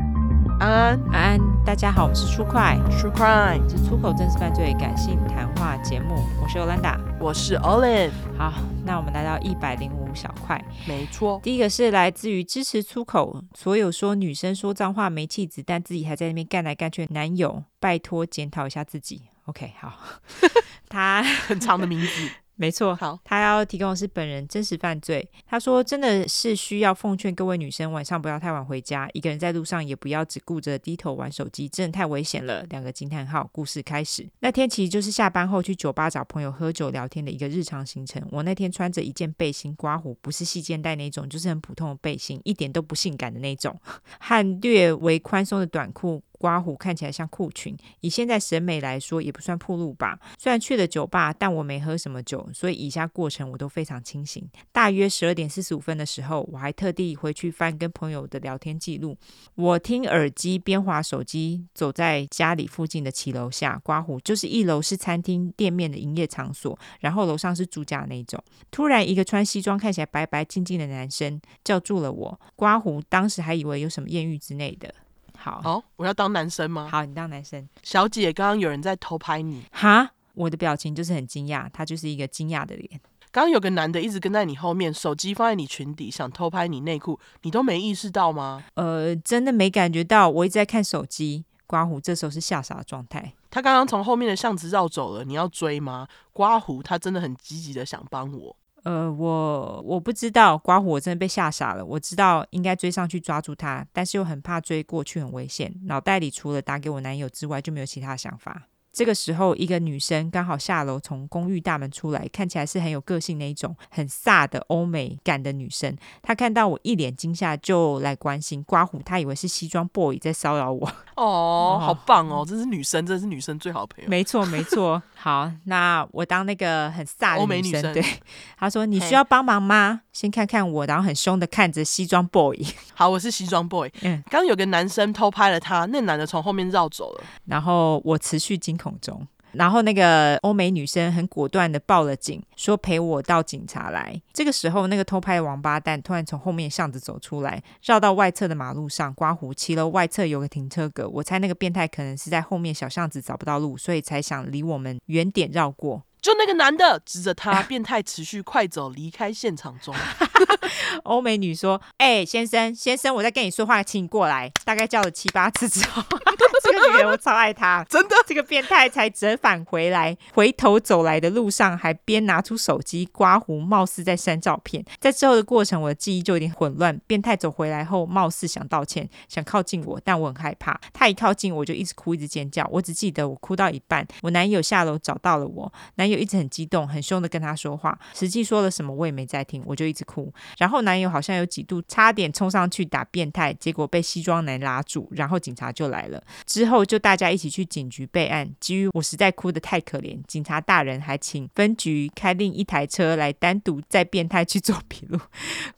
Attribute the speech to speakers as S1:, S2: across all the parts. S1: 安安
S2: 安安，大家好，我是出快，
S1: True Crime，
S2: 是出口真实犯罪感性谈话节目，我是 Olanda。
S1: 我是 Olive，
S2: 好，那我们来到一百零五小块，
S1: 没错，
S2: 第一个是来自于支持出口，所有说女生说脏话没气质，但自己还在那边干来干去的男友，拜托检讨一下自己。OK，好， 他
S1: 很长的名字。哦
S2: 没 错，
S1: 好，
S2: 他要提供的是本人真实犯罪。他说，真的是需要奉劝各位女生，晚上不要太晚回家，一个人在路上也不要只顾着低头玩手机，真的太危险了。两个惊叹号，故事开始。那天其实就是下班后去酒吧找朋友喝酒聊天的一个日常行程。我那天穿着一件背心刮胡，不是细肩带那种，就是很普通的背心，一点都不性感的那种， 和略微宽松的短裤。刮胡看起来像裤裙，以现在审美来说，也不算铺路吧。虽然去了酒吧，但我没喝什么酒，所以以下过程我都非常清醒。大约十二点四十五分的时候，我还特地回去翻跟朋友的聊天记录。我听耳机边划手机，走在家里附近的骑楼下，刮胡就是一楼是餐厅店面的营业场所，然后楼上是住家那一种。突然，一个穿西装看起来白白净净的男生叫住了我，刮胡当时还以为有什么艳遇之类的。好，
S1: 哦，我要当男生吗？
S2: 好，你当男生
S1: 小姐，刚刚有人在偷拍你，
S2: 哈？我的表情就是很惊讶，他就是一个惊讶的脸。
S1: 刚刚有个男的一直跟在你后面，手机放在你裙底，想偷拍你内裤，你都没意识到吗？
S2: 呃，真的没感觉到，我一直在看手机。刮胡这时候是吓傻的状态。
S1: 他刚刚从后面的巷子绕走了，你要追吗？刮胡，他真的很积极的想帮我。
S2: 呃，我我不知道，刮胡我真的被吓傻了。我知道应该追上去抓住他，但是又很怕追过去很危险，脑袋里除了打给我男友之外就没有其他想法。这个时候，一个女生刚好下楼从公寓大门出来，看起来是很有个性那一种，很飒的欧美感的女生。她看到我一脸惊吓，就来关心刮胡，她以为是西装 boy 在骚扰我。
S1: 哦，好棒哦，这是女生，这是女生最好的朋友。
S2: 没错，没错。好，那我当那个很飒
S1: 欧
S2: 的
S1: 美
S2: 女
S1: 女
S2: 生。
S1: 生
S2: 对，她说：“你
S1: 嘿
S2: 需要帮忙吗？”先看看我，然后很凶的看着西装 boy，
S1: 好，我是西装 boy。
S2: 嗯
S1: 刚刚有个男生偷拍了他，那男的从后面绕走了。
S2: 然后我持续惊恐中。然后那个欧美女生很果断的报了警，说陪我到警察来。这个时候，那个偷拍的王八蛋突然从后面巷子走出来，绕到外侧的马路上，刮胡骑楼外侧有个停车格。我猜那个变态可能是在后面小巷子找不到路，所以才想离我们远点绕过。
S1: 就那个男的指着他，变态持续快走离开现场中。
S2: 欧美女说：“哎、先生，先生，我在跟你说话，请你过来。”大概叫了七八 次之后，这个女人我超爱她，
S1: 真的
S2: 这个变态才折返回来。回头走来的路上，还边拿出手机刮胡，貌似在删照片。在之后的过程，我的记忆就有点混乱。变态走回来后，貌似想道歉，想靠近我，但我很害怕。他一靠近，我就一直哭，一直尖叫。我只记得我哭到一半，我男友下楼找到了我，男友一直很激动，很凶的跟他说话，实际说了什么我也没在听，我就一直哭。然后男友好像有几度差点冲上去打变态，结果被西装男拉住，然后警察就来了。之后就大家一起去警局备案。基于我实在哭得太可怜，警察大人还请分局开另一台车来单独载变态去做 笔录。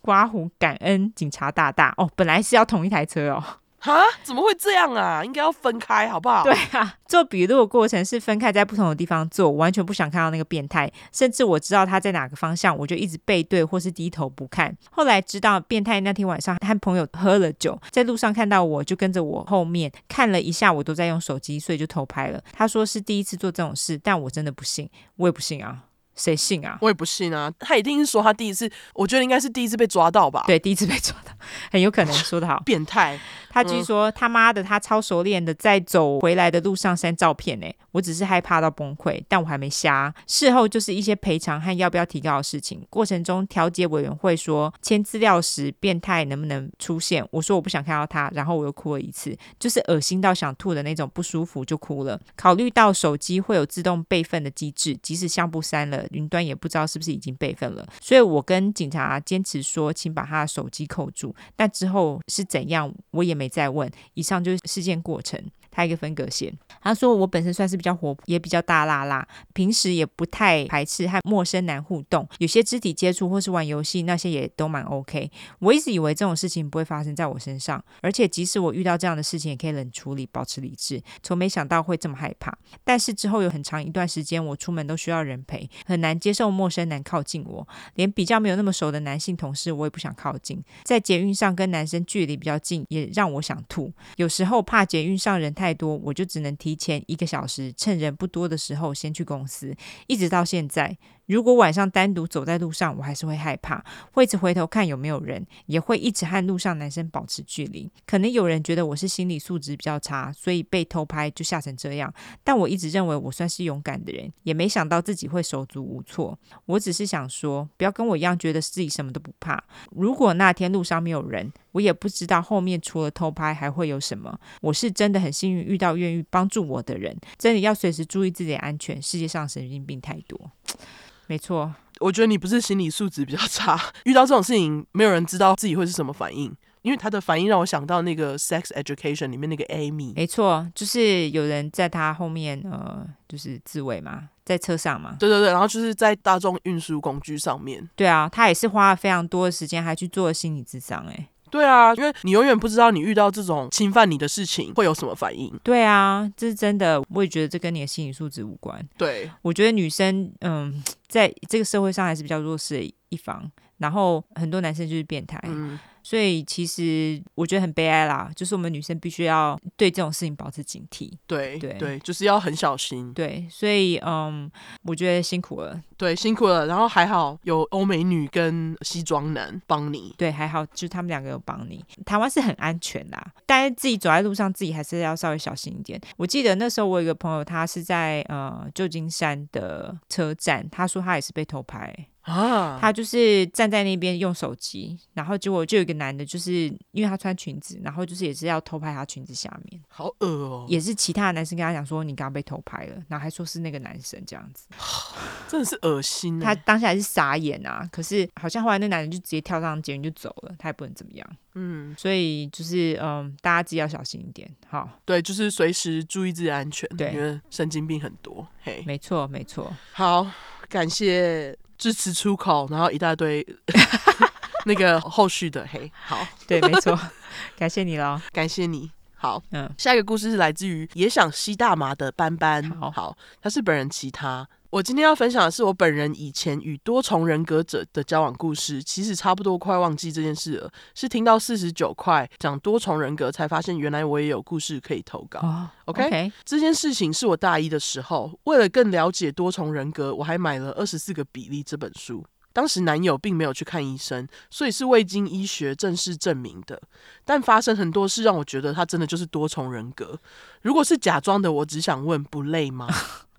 S2: 刮胡感恩警察大大哦，本来是要同一台车哦。
S1: 哈，怎么会这样啊？应该要分开，好不好？
S2: 对，啊，做笔录的过程是分开在不同的地方做，我完全不想看到那个变态，甚至我知道他在哪个方向，我就一直背对或是低头不看。后来知道变态那天晚上和朋友喝了酒，在路上看到我就跟着我后面看了一下，我都在用手机，所以就偷拍了。他说是第一次做这种事，但我真的不信，我也不信啊，谁信啊？
S1: 我也不信啊。他一定是说他第一次，我觉得应该是第一次被抓到吧。，
S2: 对，第一次被抓到，很有可能说得好。
S1: 变态，
S2: 他据说、他妈的，他超熟练的，在走回来的路上删照片呢、欸我只是害怕到崩溃，但我还没瞎。事后就是一些赔偿和要不要提高的事情。过程中，调解委员会说签资料时变态能不能出现？我说我不想看到他，然后我又哭了一次，就是恶心到想吐的那种不舒服就哭了。考虑到手机会有自动备份的机制，即使相簿删了，云端也不知道是不是已经备份了，所以我跟警察坚持说，请把他的手机扣住。但之后是怎样，我也没再问。以上就是事件过程。他他一个分隔线。他说我本身算是比较活泼，也比较大啦啦，平时也不太排斥和陌生男互动，有些肢体接触或是玩游戏那些也都蛮 OK。我一直以为这种事情不会发生在我身上，而且即使我遇到这样的事情，也可以冷处理，保持理智。从没想到会这么害怕，但是之后有很长一段时间，我出门都需要人陪，很难接受陌生男靠近我，连比较没有那么熟的男性同事，我也不想靠近。在捷运上跟男生距离比较近，也让我想吐。有时候怕捷运上人太多，我就只能提前一个小时，趁人不多的时候先去公司，一直到现在。如果晚上单独走在路上，我还是会害怕，会一直回头看有没有人，也会一直和路上男生保持距离。可能有人觉得我是心理素质比较差，所以被偷拍就吓成这样，但我一直认为我算是勇敢的人，也没想到自己会手足无措。我只是想说，不要跟我一样觉得自己什么都不怕。如果那天路上没有人，我也不知道后面除了偷拍还会有什么。我是真的很幸运遇到愿意帮助我的人，真的要随时注意自己的安全。世界上神经病太多，没错，
S1: 我觉得你不是心理素质比较差， 遇到这种事情，没有人知道自己会是什么反应。因为他的反应让我想到那个《Sex Education》里面那个 Amy，
S2: 没错，就是有人在他后面呃，就是自卫嘛，在车上嘛。
S1: 对对对，然后就是在大众运输工具上面。
S2: 对啊，他也是花了非常多的时间，还去做心理智商、欸。诶，
S1: 对啊，因为你永远不知道你遇到这种侵犯你的事情会有什么反应。
S2: 对啊，这是真的。我也觉得这跟你的心理素质无关。
S1: 对，
S2: 我觉得女生，嗯，在这个社会上还是比较弱势的一方，然后很多男生就是变态，
S1: 嗯，
S2: 所以其实我觉得很悲哀啦，就是我们女生必须要对这种事情保持警惕。
S1: 对
S2: 对
S1: 对，就是要很小心。
S2: 对，所以嗯，我觉得辛苦了。
S1: 对，辛苦了。然后还好有欧美女跟西装男帮你。
S2: 对，还好，就是他们两个有帮你。台湾是很安全啦，但是自己走在路上，自己还是要稍微小心一点。我记得那时候我有一个朋友，他是在呃旧金山的车站，他说他也是被偷拍，
S1: 啊，
S2: 他就是站在那边用手机，然后结果就有一个男的，就是因为他穿裙子，然后就是也是要偷拍他裙子下面，
S1: 好恶哦、
S2: 也是其他的男生跟他讲说你刚刚被偷拍了，然后还说是那个男生这样子，
S1: 真的是恶心、欸。
S2: 他当下还是傻眼啊，可是好像后来那男人就直接跳上捷运就走了，他也不能怎么样，
S1: 嗯，
S2: 所以就是嗯，大家自己要小心一点，好，
S1: 对，就是随时注意自己的安全，
S2: 对
S1: 因为神经病很多。嘿，
S2: 没错没 错，
S1: 好，感谢支持出口，然后一大堆 那个后续的嘿，好，
S2: 对没错，感谢你喽，
S1: 感谢你。好，
S2: 嗯，
S1: 下一个故事是来自于也想吸大麻的斑斑。
S2: 好
S1: 他是本人其他。我今天要分享的是我本人以前与多重人格者的交往故事，其实差不多快忘记这件事了，是听到四十九块讲多重人格才发现原来我也有故事可以投稿。
S2: 哦
S1: OK
S2: OK，
S1: 这件事情是我大一的时候，为了更了解多重人格，我还买了《二十四个比例》这本书。当时男友并没有去看医生，所以是未经医学正式证明的。但发生很多事让我觉得他真的就是多重人格。如果是假装的，我只想问：不累吗？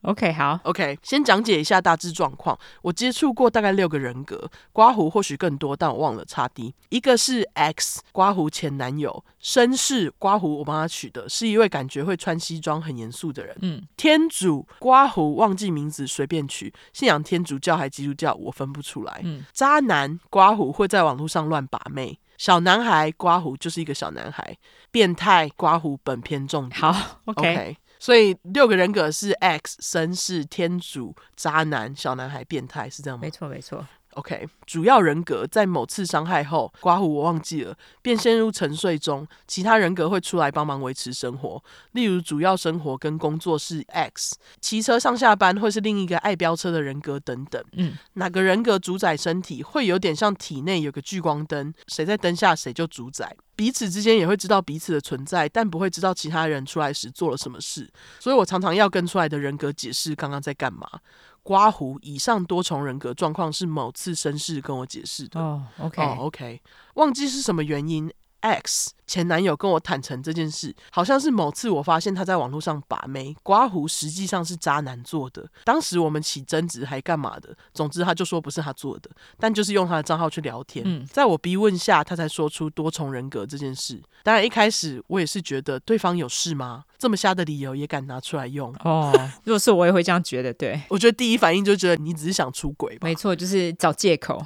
S2: OK 好，
S1: OK，先讲解一下大致状况。我接触过大概六个人格，刮胡或许更多，但我忘了差 D。一个是 X 刮胡前男友，绅士刮胡我帮他取的，是一位感觉会穿西装很严肃的人。
S2: 嗯，
S1: 天主刮胡忘记名字随便取，信仰天主教还基督教我分不出来。
S2: 嗯
S1: 渣男刮胡会在网络上乱把妹，小男孩刮胡就是一个小男孩，变态刮胡本片重点。
S2: 好哎 OK，
S1: OK，所以六个人格是 X 绅士、天主、渣男、小男孩、变态，是这样吗
S2: 没错没错，
S1: ？OK，主要人格在某次伤害后，刮胡我忘记了，便陷入沉睡中。其他人格会出来帮忙维持生活，例如主要生活跟工作是 X，骑车上下班会是另一个爱飙车的人格等等。
S2: 嗯，
S1: 哪个人格主宰身体，会有点像体内有个聚光灯，谁在灯下谁就主宰。彼此之间也会知道彼此的存在，但不会知道其他人出来时做了什么事。所以我常常要跟出来的人格解释刚刚在干嘛。刮胡，以上多重人格状况是某次绅士跟我解释的。
S2: 哦 OK，
S1: 哦，OK，忘记是什么原因。X 前男友跟我坦诚这件事，好像是某次我发现他在网络上把妹，刮胡实际上是渣男做的。当时我们起争执还干嘛的？总之他就说不是他做的，但就是用他的账号去聊天。
S2: 嗯
S1: 在我逼问下，他才说出多重人格这件事。当然一开始我也是觉得对方有事吗？这么瞎的理由也敢拿出来用？
S2: 哦，如果是我也会这样觉得，对，
S1: 我觉得第一反应就觉得你只是想出轨吧
S2: 没。错，就是找借口。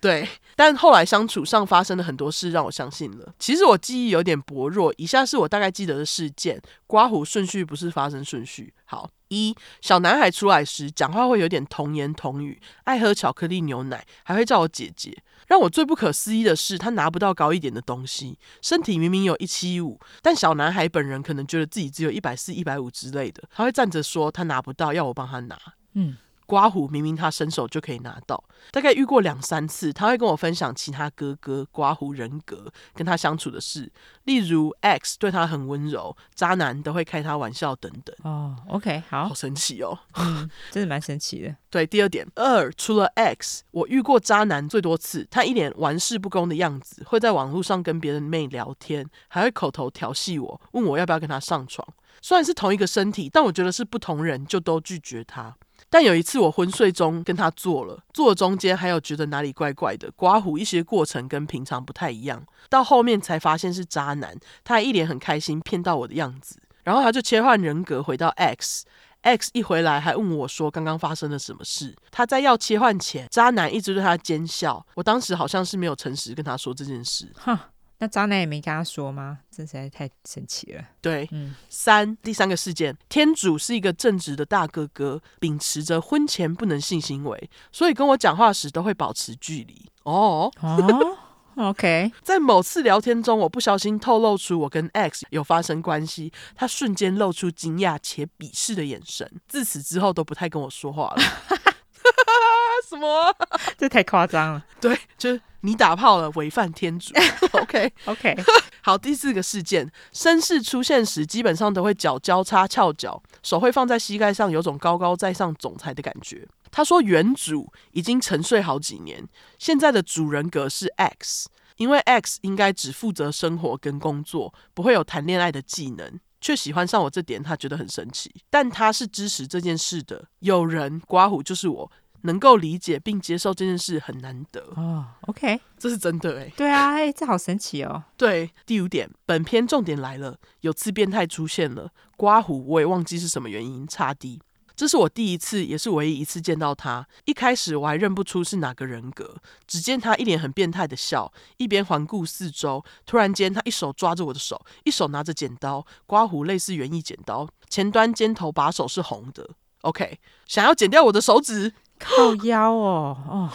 S1: 对，但后来相处上发生了很多事，让我相信了。其实我记忆有点薄弱，以下是我大概记得的事件，刮胡顺序不是发生顺序。好，一小男孩出来时讲话会有点童言童语，爱喝巧克力牛奶，还会叫我姐姐。让我最不可思议的是，他拿不到高一点的东西，身体明明有一七五，但小男孩本人可能觉得自己只有一百四、一百五之类的，他会站着说他拿不到，要我帮他拿。
S2: 嗯，
S1: 刮胡明明他伸手就可以拿到，大概遇过两三次，他会跟我分享其他哥哥刮胡人格跟他相处的事，例如 X 对他很温柔，渣男都会开他玩笑等等，
S2: 哦，OK，好
S1: 好，神奇哦。
S2: 嗯，真的蛮神奇的。
S1: 对，第二点，二除了 X，我遇过渣男最多次，他一脸玩世不恭的样子，会在网络上跟别人妹聊天，还会口头调戏我，问我要不要跟他上床。虽然是同一个身体，但我觉得是不同人，就都拒绝他。但有一次我昏睡中跟他做了，做的中间还有觉得哪里怪怪的，刮胡一些过程跟平常不太一样，到后面才发现是渣男，他还一脸很开心骗到我的样子，然后他就切换人格回到 X，X 一回来还问我说刚刚发生了什么事。他在要切换前，渣男一直对他奸笑。我当时好像是没有诚实跟他说这件事。
S2: 哈，那渣男也没跟他说吗？这实在太神奇了。
S1: 对，
S2: 嗯
S1: 三第三个事件，天主是一个正直的大哥哥，秉持着婚前不能性行为，所以跟我讲话时都会保持距离。哦，
S2: 哦，OK，
S1: 在某次聊天中，我不小心透露出我跟 X 有发生关系，他瞬间露出惊讶且鄙视的眼神。自此之后都不太跟我说话了。 什么啊？
S2: 这太夸张了。
S1: 对，就是你打炮了，违反天主。OK，
S2: OK，
S1: 好，第四个事件，绅士出现时基本上都会脚交叉翘脚，手会放在膝盖上，有种高高在上总裁的感觉。他说原主已经沉睡好几年，现在的主人格是 X，因为 X 应该只负责生活跟工作，不会有谈恋爱的技能。却喜欢上我这点，他觉得很神奇。但他是支持这件事的。有人刮胡就是我，能够理解并接受这件事很难得，
S2: 哦，OK，
S1: 这是真的诶、
S2: 对啊，哎，这好神奇哦。
S1: 对，第五点，本片重点来了，有次变态出现了，刮胡我也忘记是什么原因，差低。这是我第一次，也是唯一一次见到他。一开始我还认不出是哪个人格，只见他一脸很变态的笑，一边环顾四周。突然间，他一手抓着我的手，一手拿着剪刀，刮胡类似园艺剪刀，前端尖头把手是红的。OK，想要剪掉我的手指，
S2: 靠腰哦，哦，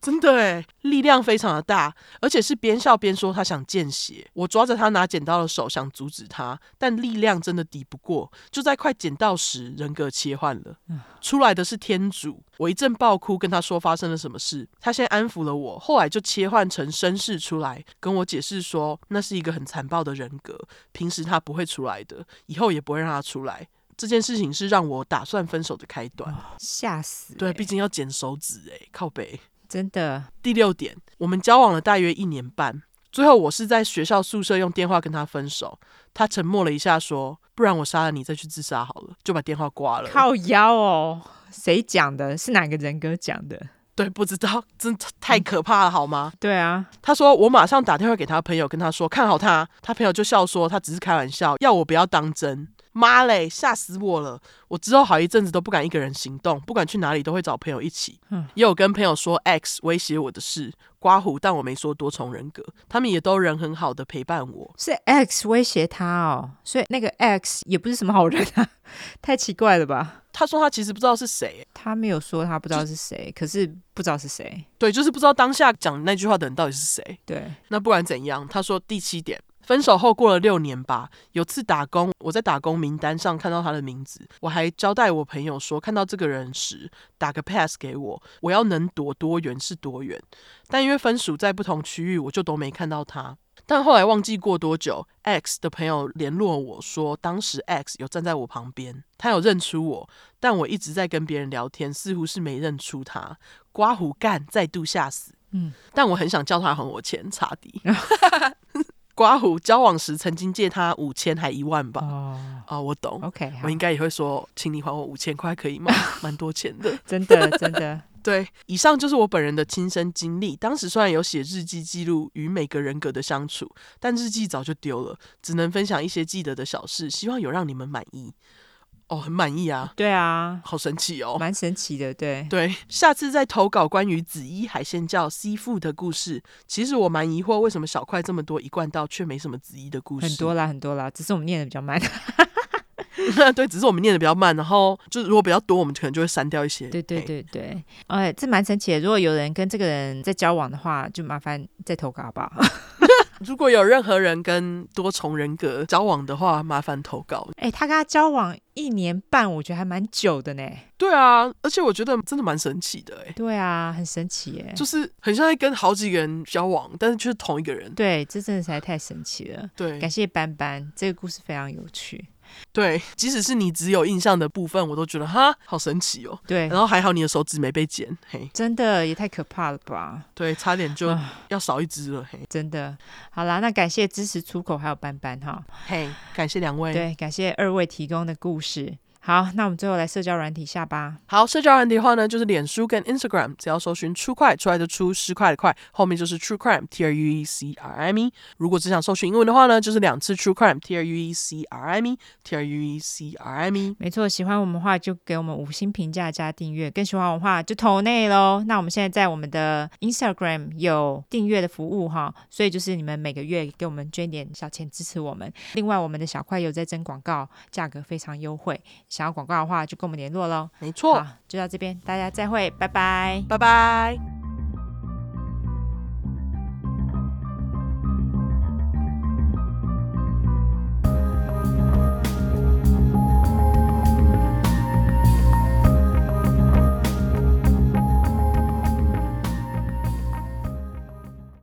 S1: 真的诶，力量非常的大，而且是边笑边说他想见血。我抓着他拿剪刀的手想阻止他，但力量真的抵不过。就在快剪到时，人格切换了，出来的是天主。我一阵爆哭，跟他说发生了什么事。他先安抚了我，后来就切换成绅士出来，跟我解释说那是一个很残暴的人格，平时他不会出来的，以后也不会让他出来。这件事情是让我打算分手的开端。
S2: 吓死、
S1: 对，
S2: 哎
S1: 毕竟要剪手指诶，靠北。
S2: 真的，
S1: 第六点，我们交往了大约一年半，最后我是在学校宿舍用电话跟他分手。他沉默了一下，说：“不然我杀了你再去自杀好了。”就把电话挂了。
S2: 靠腰哦。谁讲的？是哪个人格讲的？
S1: 对，不知道，真的太可怕了，好吗？
S2: 对啊，
S1: 他说：“我马上打电话给他朋友，跟他说看好他。”他朋友就笑说：“他只是开玩笑，要我不要当真。”妈嘞，吓死我了！我之后好一阵子都不敢一个人行动，不管去哪里都会找朋友一起。
S2: 嗯
S1: 也有跟朋友说 X 威胁我的事，刮胡，但我没说多重人格，他们也都人很好的陪伴我。
S2: 是 X 威胁他哦，所以那个 X 也不是什么好人啊， 太奇怪了吧？
S1: 他说他其实不知道是谁，
S2: 他没有说他不知道是谁，可是不知道是谁。
S1: 对，就是不知道当下讲那句话的人到底是谁。
S2: 对，
S1: 那不管怎样，他说第七点，分手后过了六年吧，有次打工，我在打工名单上看到他的名字，我还交代我朋友说，看到这个人时打个 pass 给我，我要能躲多远是多远。但因为分属在不同区域，我就都没看到他。但后来忘记过多久，X 的朋友联络我说，当时 X 有站在我旁边，他有认出我，但我一直在跟别人聊天，似乎是没认出他。刮胡干再度吓死，
S2: 嗯，
S1: 但我很想叫他还我钱，差迪。 刮胡交往时曾经借他五千还一万吧？
S2: 哦
S1: 啊、我懂，
S2: ，OK，好
S1: 我，应该也会说，请你还我五千块可以吗？ 蛮多钱的。
S2: 真的真的，
S1: 对，以上就是我本人的亲身经历。当时虽然有写日记记录与每个人格的相处，但日记早就丢了，只能分享一些记得的小事，希望有让你们满意。哦，很满意啊，
S2: 对啊，
S1: 好神奇哦。
S2: 蛮神奇的，对。
S1: 对，下次再投稿关于紫衣海鲜叫 seafood 的故事。其实我蛮疑惑，为什么小块这么多一贯道，却没什么紫衣的故事？
S2: 很多啦，很多啦，只是我们念的比较 慢。
S1: 对，只是我们念的比较慢，然后就是如果比较多，我们可能就会删掉一些。
S2: 对对
S1: 嘿，
S2: 对对，哎，这蛮神奇的。如果有人跟这个人在交往的话，就麻烦再投稿好不好？
S1: 如果有任何人跟多重人格交往的话，麻烦投稿。
S2: 哎，他跟他交往一年半，我觉得还蛮久的呢。
S1: 对啊，而且我觉得真的蛮神奇的哎、
S2: 对啊，很神奇耶。
S1: 就是很像在跟好几个人交往，但是却是同一个人。
S2: 对，这真的实在太神奇了。
S1: 对
S2: 感谢斑斑，这个故事非常有趣。
S1: 对，即使是你只有印象的部分，我都觉得哈，好神奇哦。
S2: 对
S1: 然，后还好你的手指没被剪，嘿，
S2: 真的也太可怕了吧！
S1: 对，差点就要少一只了，嘿。
S2: 真的。好啦，那感谢支持出口还有斑斑哈。
S1: 嘿感谢两位。，
S2: 对，感谢二位提供的故事。好，那我们最后来社交软体下吧。
S1: 好，社交软体的话呢，就是脸书跟 Instagram，只要搜寻“出块”，出来就出十块的块，后面就是 True Crime，T R U E C R I M E。如果只想搜寻英文的话呢，就是两次 True Crime，T R U E C R I M E，T R U E C R I M E。
S2: 没错，喜欢我们的话就给我们五星评价加订阅，更喜欢我们的话就投内喽。那我们现在在我们的 Instagram 有订阅的服务哈，所以就是你们每个月给我们捐点小钱支持我们。另外，我们的小块有在征广告，价格非常优惠，想要广告的话就跟我们联络喽。
S1: 没错
S2: 好，，就到这边，大家再会，拜拜。
S1: 拜拜。